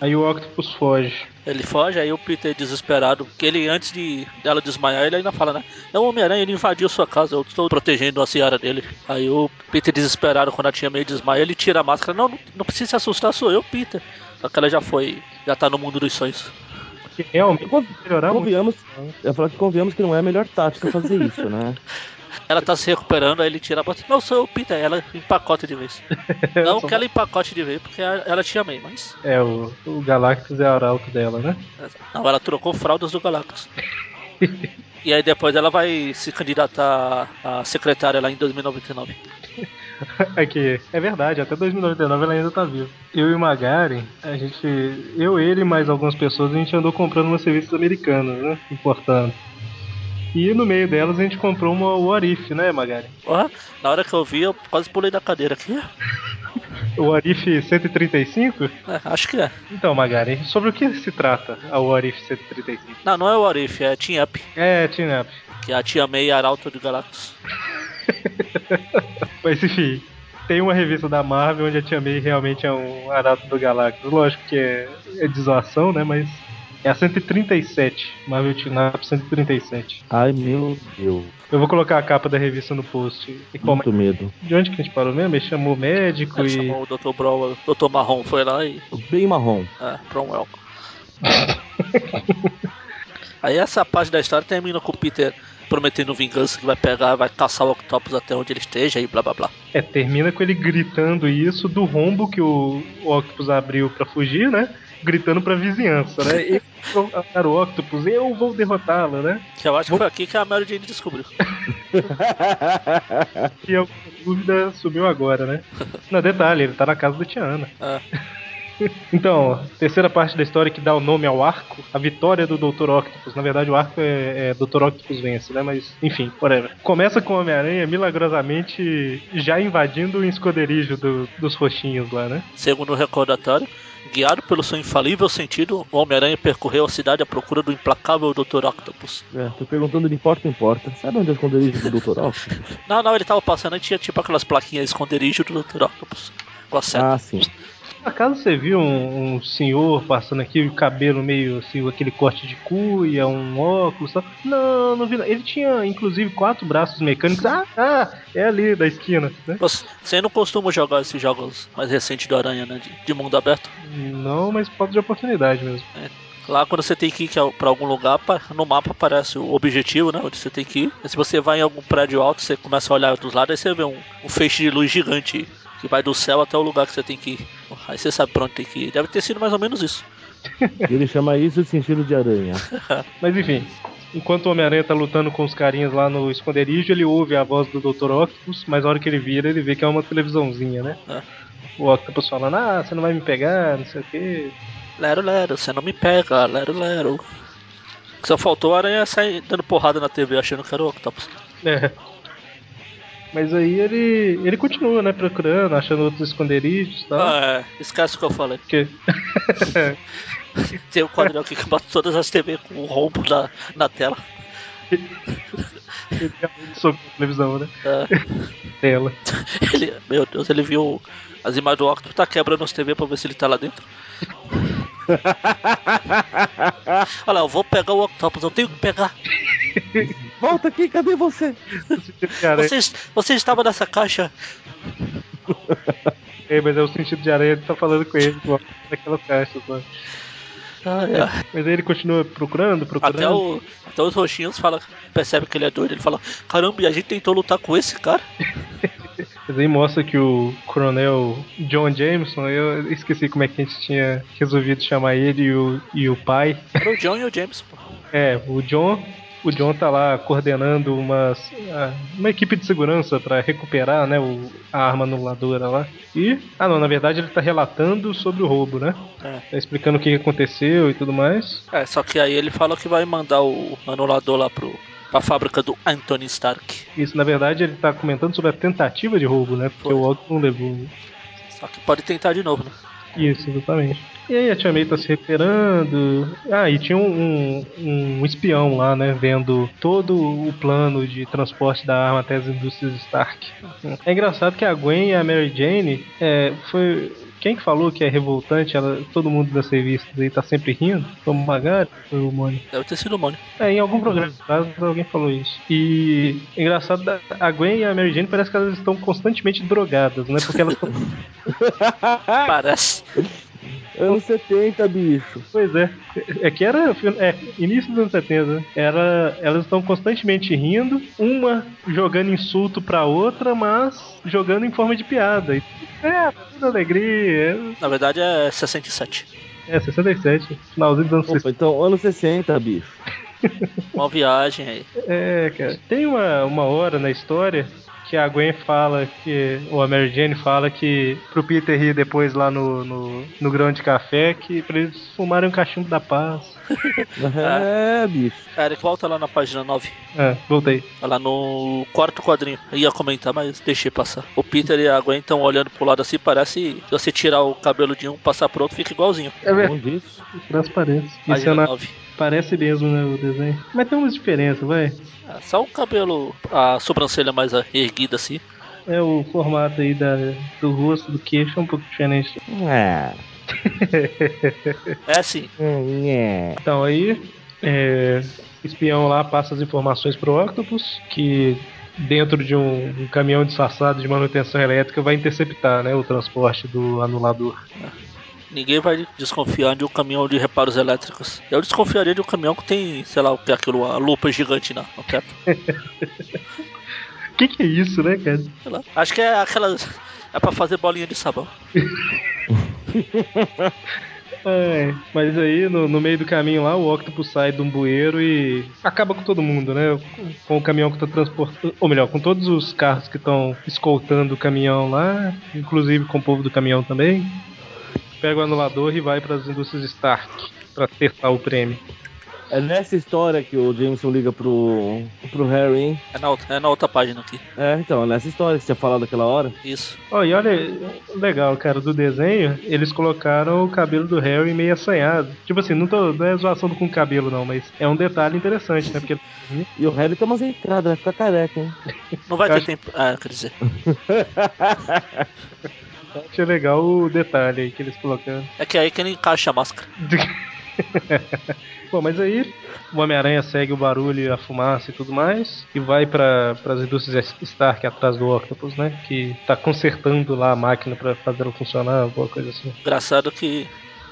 Aí o Octopus foge. Ele foge, aí o Peter é desesperado, que ele antes de dela desmaiar, ele ainda fala, né? É o Homem-Aranha, ele invadiu sua casa, eu estou protegendo a senhora dele. Aí o Peter desesperado, quando a tia meio desmaia, ele tira a máscara. Não, não, não precisa se assustar, sou eu, Peter. Só que ela já foi, já tá no mundo dos sonhos. Que realmente melhorar muito. Convenhamos. Eu ia falar que convenhamos que não é a melhor tática fazer isso, né? Ela tá se recuperando, aí ele tira a máscara. Não, sou eu, Peter. Ela empacota de vez. Não que ela empacote de vez, porque ela ela tinha meio, mas... É, o, o Galactus é arauto dela, né? Não, ela trocou fraldas do Galactus. E aí depois ela vai se candidatar a secretária lá em 2099. É que é verdade, até 2099 ela ainda tá viva. Eu e o Magari, a gente. Eu, ele e mais algumas pessoas, a gente andou comprando umas serviços americanas, né? Importando. E no meio delas a gente comprou uma What If, né, Magari? Porra, na hora que eu vi, eu quase pulei da cadeira aqui. O What If 135? É, acho que é. Então, Magari, sobre o que se trata a What If 135? Não, não é o Arif, é Team Up, É, Tinap. que é a Tia May Arauto de Galactus. Mas enfim, tem uma revista da Marvel onde a Tia May realmente é um arauto do Galactus. Lógico que é, é desoação, né? Mas é a 137. Marvel Tinap 137. Ai, meu Deus. Eu vou colocar a capa da revista no post. E como... é- Muito medo. De onde que a gente parou mesmo? Ele chamou o médico Ela e. chamou o Dr. Brawl, o Dr. Marrom foi lá e. Bem marrom. É, Bromwell. aí essa parte da história termina com o Peter prometendo vingança que vai pegar, vai caçar o Octopus até onde ele esteja e blá blá blá. É, termina com ele gritando isso do rombo que o Octopus abriu pra fugir, né? Gritando pra vizinhança, né? Eu vou matar o Octopus, eu vou derrotá-lo, né? Que eu acho que foi aqui que a Mary Jane descobriu. E a dúvida sumiu agora, né? Não, detalhe, ele tá na casa da Tiana. É. Então, terceira parte da história que dá o nome ao arco, a vitória do Dr. Octopus. Na verdade, o arco é, é Dr. Octopus vence, né? Mas, enfim, whatever. Começa com o Homem-Aranha milagrosamente já invadindo o esconderijo do- dos roxinhos lá, né? Segundo o recordatório, guiado pelo seu infalível sentido, o Homem-Aranha percorreu a cidade à procura do implacável Dr. Octopus. É, tô perguntando de porta em porta. Sabe onde é o esconderijo do Dr. Ox? Não, não, ele tava passando e tinha tipo aquelas plaquinhas esconderijo do Dr. Octopus. Com a seta. Ah, sim. Por acaso você viu um, um senhor passando aqui, o cabelo meio assim, aquele corte de cuia, um óculos tal? Não, não vi. não. Ele tinha, inclusive, quatro braços mecânicos. Ah, ah, é ali da esquina, né? Você você não costuma jogar esses jogos mais recentes do Aranha, né? De, de mundo aberto. né? Não, mas falta de oportunidade mesmo. Lá quando você tem que ir pra algum lugar, pa- no mapa aparece o objetivo, né? Onde você tem que ir. E se você vai em algum prédio alto, você começa a olhar dos lados, aí você vê um, um feixe de luz gigante que vai do céu até o lugar que você tem que ir. Aí você sabe pra onde tem que ir. Deve ter sido mais ou menos isso. Ele chama isso de sentido de aranha. Mas enfim, enquanto o Homem-Aranha tá lutando com os carinhas lá no esconderijo, ele ouve a voz do Dr. Octopus, mas na hora que ele vira, ele vê que é uma televisãozinha, né? É. O Octopus falando, ah, você não vai me pegar, não sei o quê. Lero, lero, você não me pega, lero, lero. Só faltou a aranha sair dando porrada na TV achando que era o Octopus. É. Mas aí ele, ele continua, né, procurando, achando outros esconderijos e tal. Ah, é, esquece o que eu falei. Porque um Tem um quadril aqui que bate todas as TV com o rombo na, na tela. Ele realmente soube da televisão, né? É. Tela. Ele, meu Deus, ele viu as imagens do Octopus, tá quebrando as TV pra ver se ele tá lá dentro. Olha lá, eu vou pegar o Octopus, eu tenho que pegar. Volta aqui, cadê você? Sentido de aranha. Vocês, vocês estavam nessa caixa. É, mas é o sentido de aranha, ele tá falando com ele, com aquelas caixas lá. Ai, ai. Mas aí ele continua procurando, procurando. Ah, é. Até, o, até os roxinhos fala, percebe que ele é doido, ele fala, caramba, e a gente tentou lutar com esse cara? Mas aí mostra que o coronel John Jameson, eu esqueci como é que a gente tinha resolvido chamar ele e o, e o pai. Era o John e o James, pô. É, o John. O John tá lá coordenando umas, ah, uma equipe de segurança pra recuperar né, o, a arma anuladora lá. E. Ah não, na verdade ele tá relatando sobre o roubo, né? É. Tá explicando o que que aconteceu e tudo mais. É, só que aí ele fala que vai mandar o anulador lá pro, pra fábrica do Anthony Stark. Isso, na verdade, ele tá comentando sobre a tentativa de roubo, né? Porque Foi. o Ogden não levou. Só que pode tentar de novo, né? Isso, exatamente. E aí a Tia May tá se recuperando. Ah, e tinha um, um, um espião lá, né? Vendo todo o plano de transporte da arma até as indústrias Stark. É engraçado que a Gwen e a Mary Jane é, foi. Quem que falou que é revoltante? Ela, todo mundo das revistas aí tá sempre rindo. Foi o Magari, foi o Mônio. Deve ter sido né? o Mônio. É, em algum programa atrás alguém falou isso. E é engraçado, a Gwen e a Mary Jane parece que elas estão constantemente drogadas, né? Porque elas estão. Ah. Parece. Anos 70, bicho. pois é. É que era. É, início dos anos 70, né? Era, elas estão constantemente rindo, uma jogando insulto pra outra, mas jogando em forma de piada. E, é, tudo alegria. Na verdade é 67. É, é 67, finalzinho dos anos 60. Opa, então, anos 60, bicho. Uma viagem aí. É, cara. Tem uma, uma hora na história que a Gwen fala que. Ou a Mary Jane fala que pro Peter rir depois lá no, no, no grão de café que pra eles fumarem um cachimbo da paz. É, bicho. Cara, volta lá na página 9. Ah, voltei. Lá no quarto quadrinho. Eu ia comentar, mas deixei passar. O Peter e a Gwen estão olhando pro lado assim, parece se você tirar o cabelo de um, passar pro outro, fica igualzinho. É verdade. Bom disso. Transparência. Isso Página é na- 9. parece mesmo, né, o desenho. Mas tem umas diferenças, vai. Ah, só o cabelo, a sobrancelha mais erguida assim. É o formato aí da, do rosto, do queixo é um pouco diferente. É. É assim. É. Então aí, é, o espião lá passa as informações pro Octopus, que dentro de um, um caminhão disfarçado de manutenção elétrica vai interceptar né, o transporte do anulador. Ninguém vai desconfiar de um caminhão de reparos elétricos. Eu desconfiaria de um caminhão que tem, sei lá, o que é aquilo, a lupa gigante na, no teto. O que, que é isso, né, cara? Sei lá. Acho que é aquelas. É pra fazer bolinha de sabão. É, mas aí, no, no meio do caminho lá, o Octopus sai de um bueiro e acaba com todo mundo, né? Com o caminhão que tá transportando. Ou melhor, com todos os carros que estão escoltando o caminhão lá, inclusive com o povo do caminhão também. Pega o anulador e vai para as indústrias Stark para testar o prêmio. É nessa história que o Jameson liga pro, pro Harry, hein? É na, outra- é na outra página aqui. É, então, é nessa história que você tinha falado aquela hora. Isso. Ó, e olha, legal, cara, do desenho, eles colocaram o cabelo do Harry meio assanhado. Tipo assim, não, tô, não é zoação com o cabelo, não, mas é um detalhe interessante, né? Porque E o Harry tem umas entradas, vai ficar careca, hein? Não vai Eu ter acho- tempo. Ah, quer dizer. eu achei legal o detalhe aí que eles colocaram. É que é aí que ele encaixa a máscara. Bom, mas aí o Homem-Aranha segue o barulho, e a fumaça e tudo mais, e vai para as indústrias Stark atrás do Octopus, né? Que tá consertando lá a máquina para fazer ela funcionar, alguma coisa assim. Engraçado que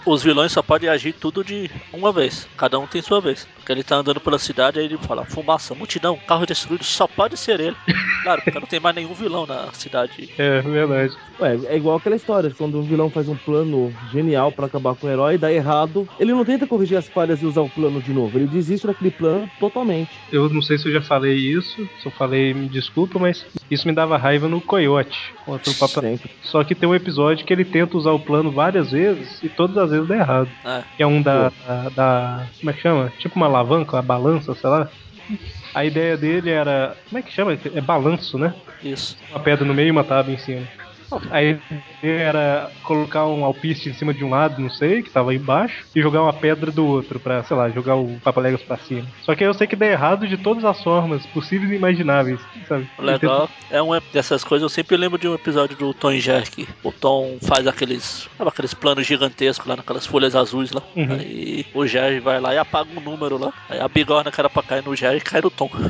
os vilões só podem agir tudo de uma vez. Cada um tem sua vez. Porque ele tá andando pela cidade aí ele fala, fumaça, multidão, carro destruído, só pode ser ele. Claro, porque não tem mais nenhum vilão na cidade. É, verdade. Ué, é igual aquela história, quando o vilão faz um plano genial pra acabar com o herói, dá errado, ele não tenta corrigir as falhas e usar o plano de novo, ele desiste daquele plano totalmente. Eu não sei se eu já falei isso, se eu falei, me desculpa, mas isso me dava raiva no Coyote contra o Papa. Sempre. Só que tem um episódio que ele tenta usar o plano várias vezes e todas as vezes dá errado. É. Que é um da, da, da- Como é que chama? Tipo uma alavanca, uma balança, sei lá. A ideia dele era. Como é que chama? É balanço, né? Isso. Uma pedra no meio e uma tábua em cima. A ideia era colocar um alpiste em cima de um lado, não sei, que tava aí embaixo, e jogar uma pedra do outro pra, sei lá, jogar o Papaléguas pra cima. Só que eu sei que dá errado de todas as formas possíveis e imagináveis, sabe? O legal é um dessas coisas. Eu sempre lembro de um episódio do Tom e Jerry que o Tom faz aqueles, sabe, aqueles planos gigantescos lá, naquelas folhas azuis lá. Uhum. Aí o Jerry vai lá e apaga um número lá. Aí a bigorna que era pra cair no Jerry cai no Tom.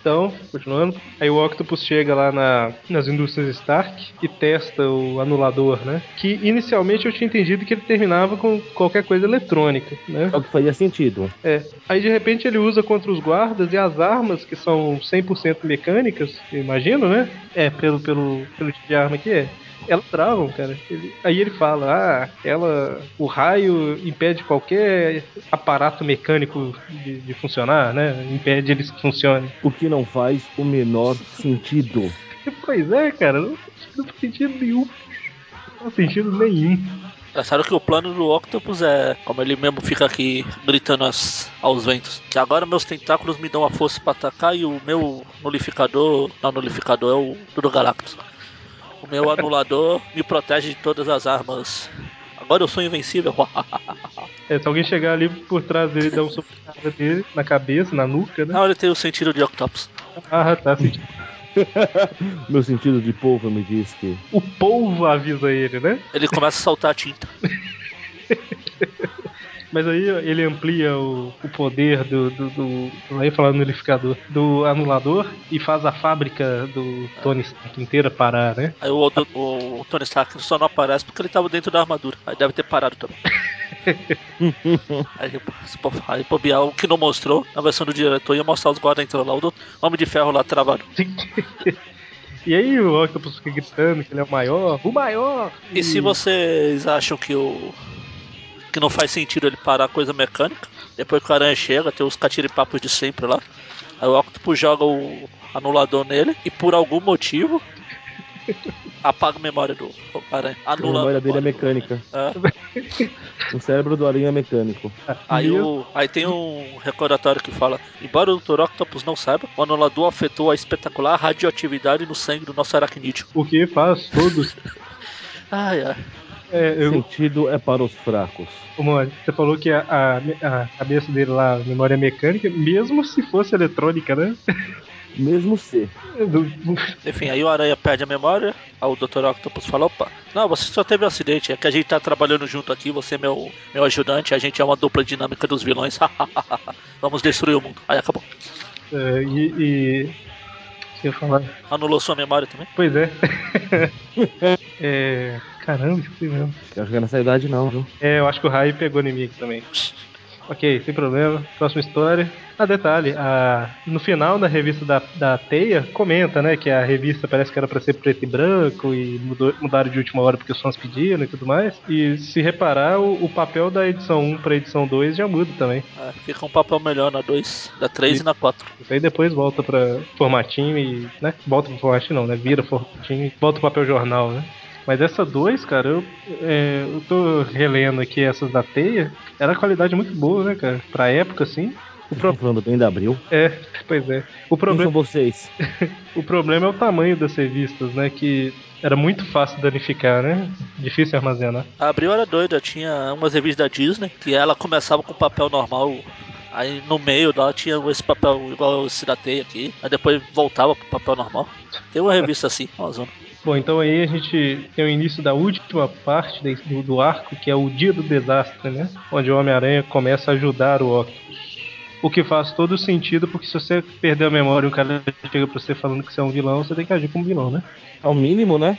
Então, continuando. Aí o Octopus chega lá na- nas indústrias Stark e testa o anulador, né? Que inicialmente eu tinha entendido que ele terminava com qualquer coisa eletrônica, né? É o que fazia sentido. É. Aí de repente ele usa contra os guardas e as armas, que são 100% mecânicas, eu imagino, né? É, pelo, pelo, pelo tipo de arma que é. Elas travam, cara. Ele- aí ele fala: ah, ela, o raio impede qualquer aparato mecânico de, de funcionar, né? Impede eles que funcionem. O que não faz o menor sentido. Pois é, cara, não, não faz sentido nenhum. Não faz sentido nenhum. Engraçado que o plano do Octopus é, como ele mesmo fica aqui gritando as- aos ventos, que agora meus tentáculos me dão a força pra atacar e o meu nulificador, não, nulificador é o do Galactus. O meu anulador me protege de todas as armas. Agora eu sou invencível. É, se alguém chegar ali por trás dele e dar um soco na cara dele, na cabeça, na nuca, né? não, ele tem o sentido de Octopus. Ah, tá sentindo. Meu sentido de povo me diz que. O polvo avisa ele, né? Ele começa a soltar a tinta. Mas aí ele amplia o, o poder do, do, do. Aí falando no unificador. Do anulador e faz a fábrica do Tony Stark inteira parar, né? Aí o, o- o Tony Stark só não aparece porque ele tava dentro da armadura. Aí deve ter parado também. aí, se po- aí bobear, o que não mostrou, na versão do diretor ia mostrar os guardas entrando lá, o do- Homem de Ferro lá travado. E aí o Octopus fica gritando que ele é o maior. O maior! E se vocês acham que o. que não faz sentido ele parar a coisa mecânica, depois que o Aranha chega, tem os catiripapos de sempre lá. Aí o Octopus joga o anulador nele e por algum motivo. Apaga a memória do Aranha. A Anula memória dele é do- mecânica. É. O cérebro do aranha é mecânico. Aí, Meu- o, aí tem um recordatório que fala: Embora o Dr. Octopus não saiba, o anulador afetou a espetacular radioatividade no sangue do nosso aracnídeo. O que faz todos. Ai, ai. É, eu, Sentido é para os fracos. Ô, Mori, você falou que a, a- a cabeça dele lá, a memória é mecânica, mesmo se fosse eletrônica, né? Mesmo ser. Do- Enfim, aí o Aranha perde a memória. Aí o Dr. Octopus fala: Opa, não, você só teve um acidente. É que a gente tá trabalhando junto aqui. Você é meu, meu ajudante. A gente é uma dupla dinâmica dos vilões. Vamos destruir o mundo. Aí acabou. é, e. e... o que eu ia falar. Anulou sua memória também? Pois é. é. Caramba, esqueci mesmo. Acho que é nessa idade não, viu? É, eu acho que o Rai pegou inimigo também. Ok, sem problema. Próxima história. Ah, detalhe, a- no final da revista da, da Teia, comenta, né, que a revista parece que era pra ser preto e branco e mudou- mudaram de última hora porque os fãs pediram e tudo mais. E se reparar, o, o papel da edição 1 pra edição 2 já muda também. É, fica um papel melhor na 2, na 3 e na 4. Isso aí depois volta pra formatinho e, né, volta pro formatinho não, né, vira formatinho e volta pro papel jornal, né. Mas essa 2, cara, eu, é, eu tô relendo aqui essas da Teia, era qualidade muito boa, né, cara, pra época, assim. O falando bem da Abril. É, pois é. O Quem problema, são vocês? o problema é o tamanho das revistas, né? Que era muito fácil danificar, né? Difícil armazenar. A Abril era doida, tinha umas revistas da Disney que ela começava com papel normal, aí no meio dela tinha esse papel igual esse da teia aqui, aí depois voltava pro papel normal. Tem uma revista assim, uma zona. Bom, então aí a gente tem o início da última parte desse- do, do arco, que é o Dia do Desastre, né? Onde o Homem-Aranha começa a ajudar o Octopus. O que faz todo sentido, porque se você perder a memória e um cara chega pra você falando que você é um vilão, você tem que agir como vilão, né? Ao mínimo, né?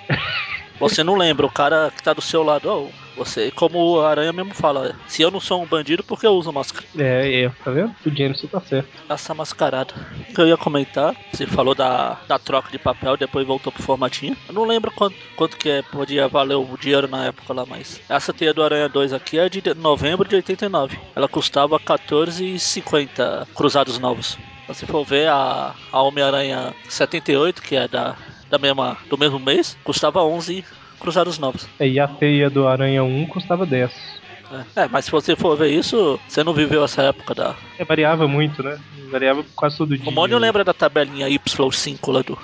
Você não lembra, o cara que tá do seu lado, ó, você, como o Aranha mesmo fala, se eu não sou um bandido, por que eu uso máscara? É, é, tá vendo? O Jameson tá certo. Essa mascarada. O que eu ia comentar, você falou da, da troca de papel, depois voltou pro formatinho. Eu não lembro quanto, quanto que é, podia valer o dinheiro na época lá, mas. Essa teia do Aranha 2 aqui é de novembro de 89. Ela custava 14,50 cruzados novos. Se for ver a, a Homem-Aranha 78, que é da, da mesma, do É, mesmo mês, custava 11 cruzados novos. E a teia do Aranha 1 custava 10. É, mas se você for ver isso, você não viveu essa época da. É, variava muito, né? Variava quase todo dia. O Mônio lembra da tabelinha Y5 lá do.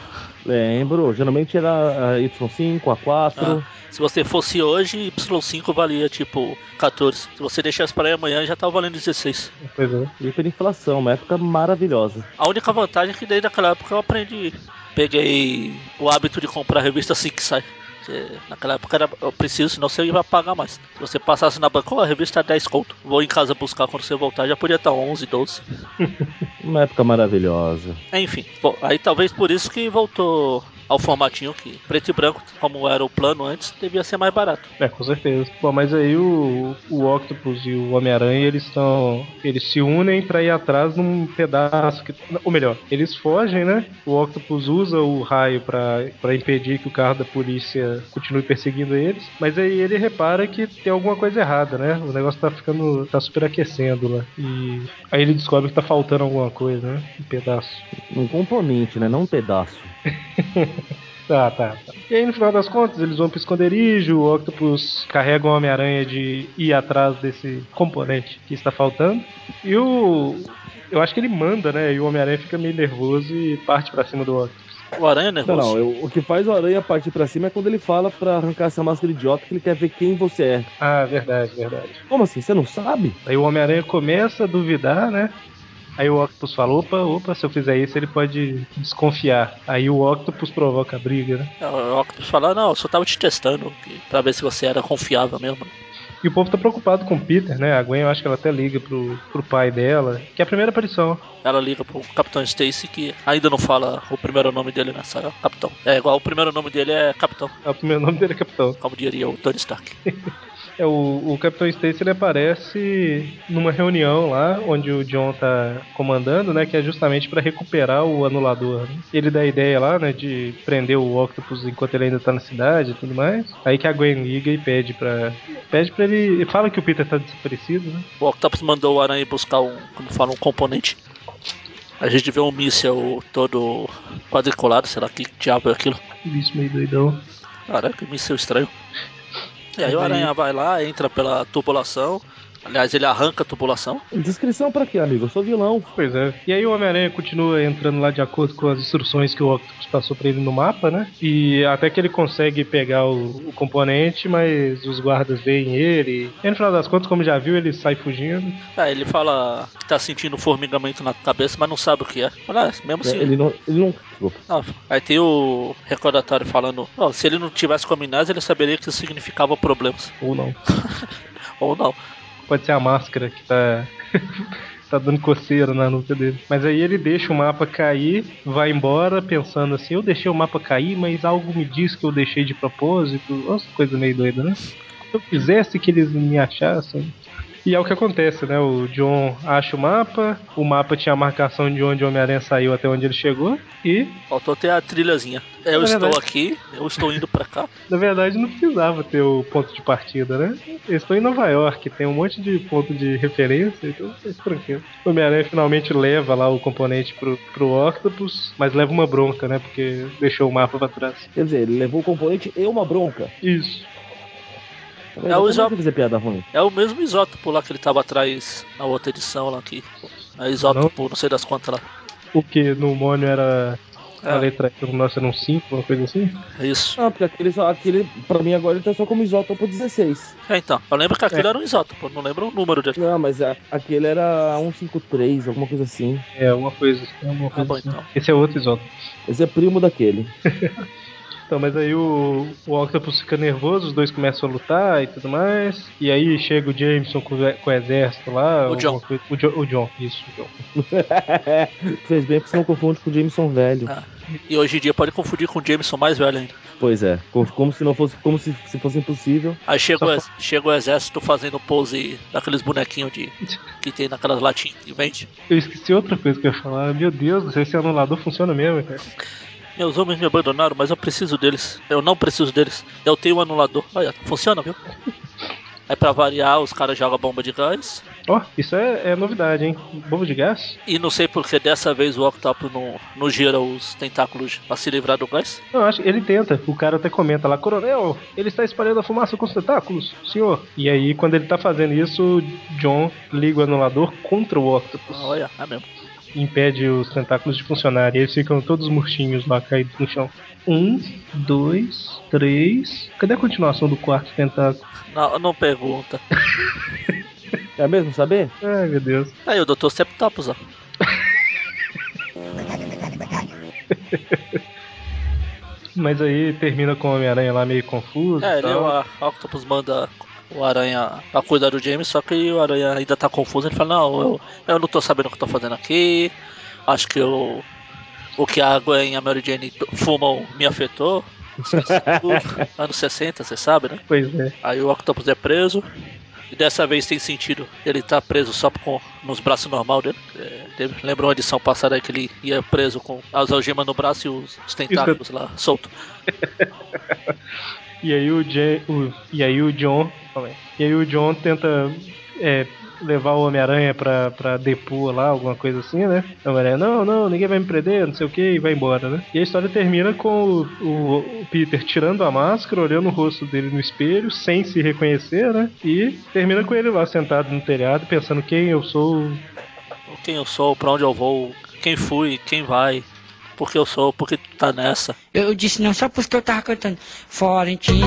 Lembro, geralmente era eh, a Y5, A4. Se você fosse hoje, Y5 valia tipo 14. Se você deixasse pra ir amanhã, já tava valendo 16. Pois é. Hiperinflação, uma época maravilhosa. A única vantagem é que desde aquela época eu aprendi. Peguei o hábito de comprar revista assim que sai. Porque Naquela época era eu preciso, senão você ia pagar mais. Se você passasse na banca, "Ó, a revista é 10 conto. Vou em casa buscar quando você voltar, já podia tá estar 11, 12. Uma época maravilhosa. É, Enfim, bom, aí talvez por isso que voltou ao formatinho que preto e branco, como era o plano antes, devia ser mais barato. É, com certeza. Bom, mas aí o, o Octopus e o Homem-Aranha, eles estão. Eles se unem pra ir atrás num pedaço que. Ou melhor, eles fogem, né? O Octopus usa o raio pra, pra impedir que o carro da polícia continue perseguindo eles. Mas aí ele repara que tem alguma coisa errada, né? O negócio tá ficando. tá superaquecendo lá. E aí ele descobre que tá faltando alguma coisa, né? Um pedaço. Um componente, né? Não um pedaço. Tá, tá, tá. E aí, no final das contas, eles vão pro esconderijo, o Octopus carrega o Homem-Aranha de ir atrás desse componente que está faltando. E o. Eu acho que ele manda, né? E o Homem-Aranha fica meio nervoso e parte pra cima do Octopus. O Aranha é Não, nervoso. não, eu- o que faz o Aranha partir pra cima é quando ele fala pra arrancar essa máscara idiota que ele quer ver quem você é. Ah, verdade, verdade. Como assim? Você não sabe? Aí o Homem-Aranha começa a duvidar, né? Aí o Octopus fala, opa, opa, se eu fizer isso ele pode desconfiar. Aí o Octopus provoca a briga, né? é O Octopus fala, "Ah, não, eu só tava te testando que- pra ver se você era confiável mesmo. E o povo tá preocupado com o Peter, né? A Gwen, eu acho que ela até liga pro, pro pai dela, que é a primeira aparição. Ela liga pro Capitão Stacy, que ainda não fala o primeiro nome dele nessa hora, Capitão. É igual o primeiro nome dele é Capitão, O primeiro nome dele é Capitão. como diria o Tony Stark. É, o, o Capitão Stacy ele aparece numa reunião lá onde o John tá comandando, né? Que é justamente pra recuperar o anulador. né? Ele dá a ideia lá, né? De prender o Octopus enquanto ele ainda tá na cidade e tudo mais. Aí que a Gwen liga e pede pra. Pede pra ele. e Fala que o Peter tá desaparecido, né? O Octopus mandou o Aranha ir buscar um, como fala, um componente. A gente vê um míssel todo quadriculado, sei lá que diabo é aquilo. Isso meio doidão. Caraca, que míssel estranho. E aí o Aranha vai lá, entra pela tubulação. Aliás, ele arranca a tubulação. Descrição pra quê, amigo? Eu sou vilão. Pois é. E aí o Homem-Aranha continua entrando lá de acordo com as instruções que o Octopus passou pra ele no mapa, né? E até que ele consegue pegar o, o componente, mas os guardas veem ele. E no final das contas, como já viu, ele sai fugindo. Aí ele fala que tá sentindo formigamento na cabeça, mas não sabe o que é. Olha, mesmo assim. Ele não. Ele não. Desculpa. Ah, aí tem o recordatório falando: "Ó, se ele não tivesse combinado, ele saberia que isso significava problemas. Ou não. Ou não. Pode ser a máscara que tá. tá dando coceira na nuca dele. Mas aí ele deixa o mapa cair, vai embora, pensando assim: eu deixei o mapa cair, mas algo me diz que eu deixei de propósito. Nossa, coisa meio doida, né? Se eu fizesse que eles me achassem. E é o que acontece, né? O John acha o mapa, o mapa tinha a marcação de onde o Homem-Aranha saiu até onde ele chegou, e Faltou ter a trilhazinha. Eu É estou verdade. aqui, eu estou indo pra cá. Na verdade, não precisava ter o ponto de partida, né? Eles estão em Nova York, tem um monte de ponto de referência, então é tranquilo. O Homem-Aranha finalmente leva lá o componente pro, pro Octopus, mas leva uma bronca, né? Porque deixou o mapa pra trás. Quer dizer, ele levou o componente e uma bronca. Isso. Mas É, o eu Isa- não sei fazer piada ruim. É o mesmo isótopo lá que ele tava atrás na outra edição lá aqui. É isótopo, não, sei das quantas lá. O que no Mônio era. A É. letra nossa era um 5, uma coisa assim? É isso. Não, Ah, porque aquele só. Aquele, pra mim agora ele tá só como isótopo 16. É, então, eu lembro que aquilo era um isótopo, não lembro o número de Não, mas a- aquele era 153, alguma coisa assim. É, uma coisa, uma coisa Ah, bom, assim. então. Esse é outro isótopo. Esse é primo daquele. Então, mas aí o, o Octopus fica nervoso, os dois começam a lutar e tudo mais. E aí chega o Jameson com, o- com o exército lá. O alguma John. coisa- o, Jo- o John, isso, o John. Fez bem porque você não confunde com o Jameson velho. Ah, E hoje em dia pode confundir com o Jameson mais velho ainda. Pois é. Como, como se não fosse. Como se, se fosse impossível. Aí chega o, Só ex- chega o exército fazendo pose daqueles bonequinhos de que tem naquelas latinhas que vende. Eu esqueci outra coisa que eu ia falar. Meu Deus, do céu, esse anulador funciona mesmo, cara. Meus homens me abandonaram, mas eu preciso deles. Eu não preciso deles. Eu tenho um anulador. Olha, funciona, viu? Aí pra variar, os caras jogam bomba de gás. Ó, isso é, é novidade, hein? Bobo de gás? E não sei porque dessa vez o Octopus não, não gira os tentáculos pra se livrar do gás. Não, acho que ele tenta. O cara até comenta lá, coronel, ele está espalhando a fumaça com os tentáculos, senhor. E aí, quando ele tá fazendo isso, John liga o anulador contra o Octopus. Ah, olha, é mesmo. impede os tentáculos de funcionar. E eles ficam todos murchinhos lá caídos no chão. Um, dois, três. Cadê a continuação do quarto tentáculo? Não, não pergunta. É mesmo saber? Ai meu Deus. Aí o Dr. Septopus, ó. Mas aí termina com o Homem-Aranha lá meio confuso. É, e ele, tal. o a- Octopus manda o Aranha pra cuidar do James, só que o Aranha ainda tá confuso. Ele fala, não, eu, eu não tô sabendo o que eu tô fazendo aqui. Acho que eu, o que a Gwen e a Mary Jane t- fumam me afetou. Anos 60, você sabe, né? Pois é. Aí o Octopus é preso. E dessa vez tem sentido. Ele tá preso só com nos braços normal dele. É, teve- lembrou uma edição passada que ele ia preso com as algemas no braço e os, os tentáculos lá solto. E aí o, Ja- o- e aí o John. calma aí. E aí o John tenta é, levar o Homem-Aranha pra, pra depor lá, alguma coisa assim, né? O Homem-Aranha, não, não, ninguém vai me prender, não sei o que, e vai embora, né? E a história termina com o, o- o Peter tirando a máscara, olhando o rosto dele no espelho, sem se reconhecer, né? E termina com ele lá sentado no telhado, pensando quem eu sou. Quem eu sou, pra onde eu vou, quem fui, quem vai, por que eu sou, por que tu tá nessa. Eu disse não só porque eu tava cantando. Florentina,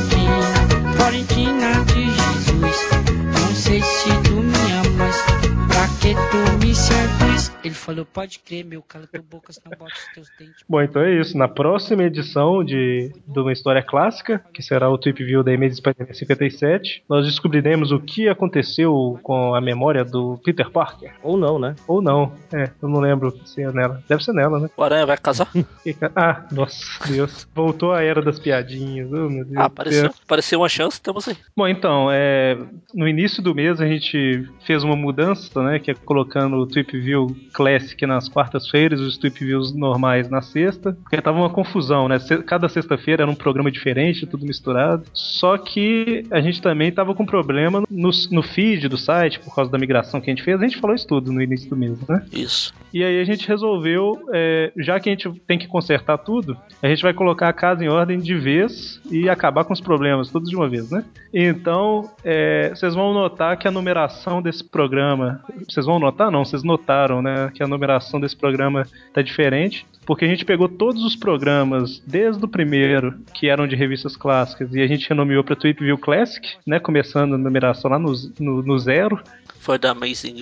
Florentina, Florentina de Jesus. Não sei se tu me amas, pra que tu me seduz? Ele falou, pode crer, meu, cala tua boca, senão bota os teus dentes. Bom, então é isso. Na próxima edição de, de uma história clássica, que será o Trip View da Image Spider-Man 57, nós descobriremos o que aconteceu com a memória do Peter Parker. Ou não, né? Ou não. É, eu não lembro se é nela. Deve ser nela, né? O Aranha vai casar? E ca- Ah, nossa, Deus. Voltou a era das piadinhas. Oh, meu Deus. Ah, do apareceu, céu. apareceu uma chance, estamos aí. Bom, então, é, no início do mês a gente fez uma mudança, né? Que é colocando o Trip View Classic nas quartas-feiras e os Trip Views normais na sexta. Porque tava uma confusão, né? se- Cada sexta-feira era um programa diferente, tudo misturado. Só que a gente também tava com problema no, no feed do site, por causa da migração que a gente fez. A gente falou isso tudo no início do mês, né? Isso. E aí a gente resolveu, é, já que a gente tem que consertar tudo, a gente vai colocar a casa em ordem de vez e acabar com os problemas, todos de uma vez, né? Então, é, vocês vão notar que a numeração desse programa. Vocês vão notar? Não, vocês notaram, né? Que a numeração desse programa tá diferente. Porque a gente pegou todos os programas, desde o primeiro, que eram de revistas clássicas, e a gente renomeou pra Tweep View Classic, né? Começando a numeração lá no, z- no- no zero. Foi da Amazing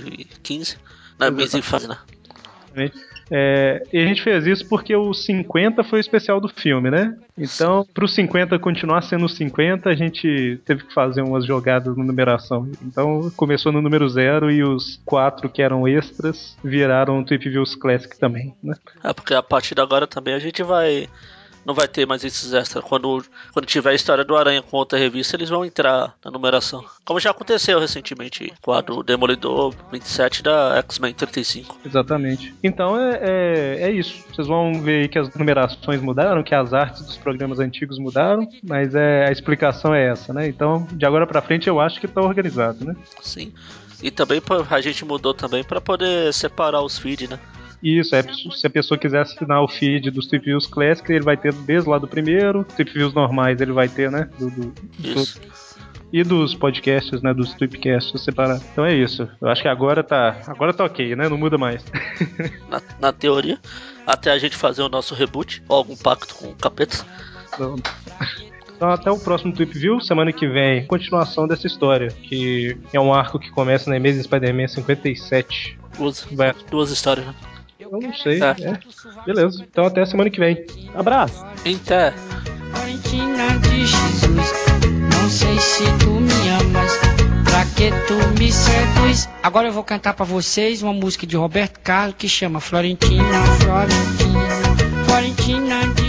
15. Na Amazing Fase, né? É, e a gente fez isso porque o 50 foi o especial do filme, né? Então, pro 50 continuar sendo o 50, a gente teve que fazer umas jogadas na numeração. Então, começou no número 0 e os quatro que eram extras viraram Trip Views Classic também, né? É, porque a partir de agora também a gente vai. Não vai ter mais esses extras. Quando, quando tiver a história do Aranha com outra revista, eles vão entrar na numeração. Como já aconteceu recentemente com a do Demolidor 27 da X-Men 35. Exatamente. Então é, é, é isso. Vocês vão ver aí que as numerações mudaram, que as artes dos programas antigos mudaram, mas é, a explicação é essa, né? Então, de agora pra frente, eu acho que tá organizado, né? Sim. E também pra- a gente mudou também para poder separar os feeds, né? Isso, é, se a pessoa quiser assinar o feed dos Trip Views Classic, ele vai ter desde lá do primeiro, Trip Views normais ele vai ter, né? do- do- Isso. e dos podcasts, né? Dos Tripcasts separados. Então é isso. Eu acho que agora tá. Agora tá ok, né? Não muda mais. Na, na teoria. Até a gente fazer o nosso reboot ou algum pacto com o capeta. Então, então até o próximo Trip View, semana que vem, continuação dessa história, que é um arco que começa na Amazing Spider-Man 57. Duas, Vai. duas histórias, né? Eu não sei. Tá. é. Beleza. Então até semana que vem. Abraço! Então. Florentina de Jesus. Não sei se tu me amas, pra que tu me seduz? Agora eu vou cantar pra vocês uma música de Roberto Carlos que chama Florentina, Florentina, Florentina de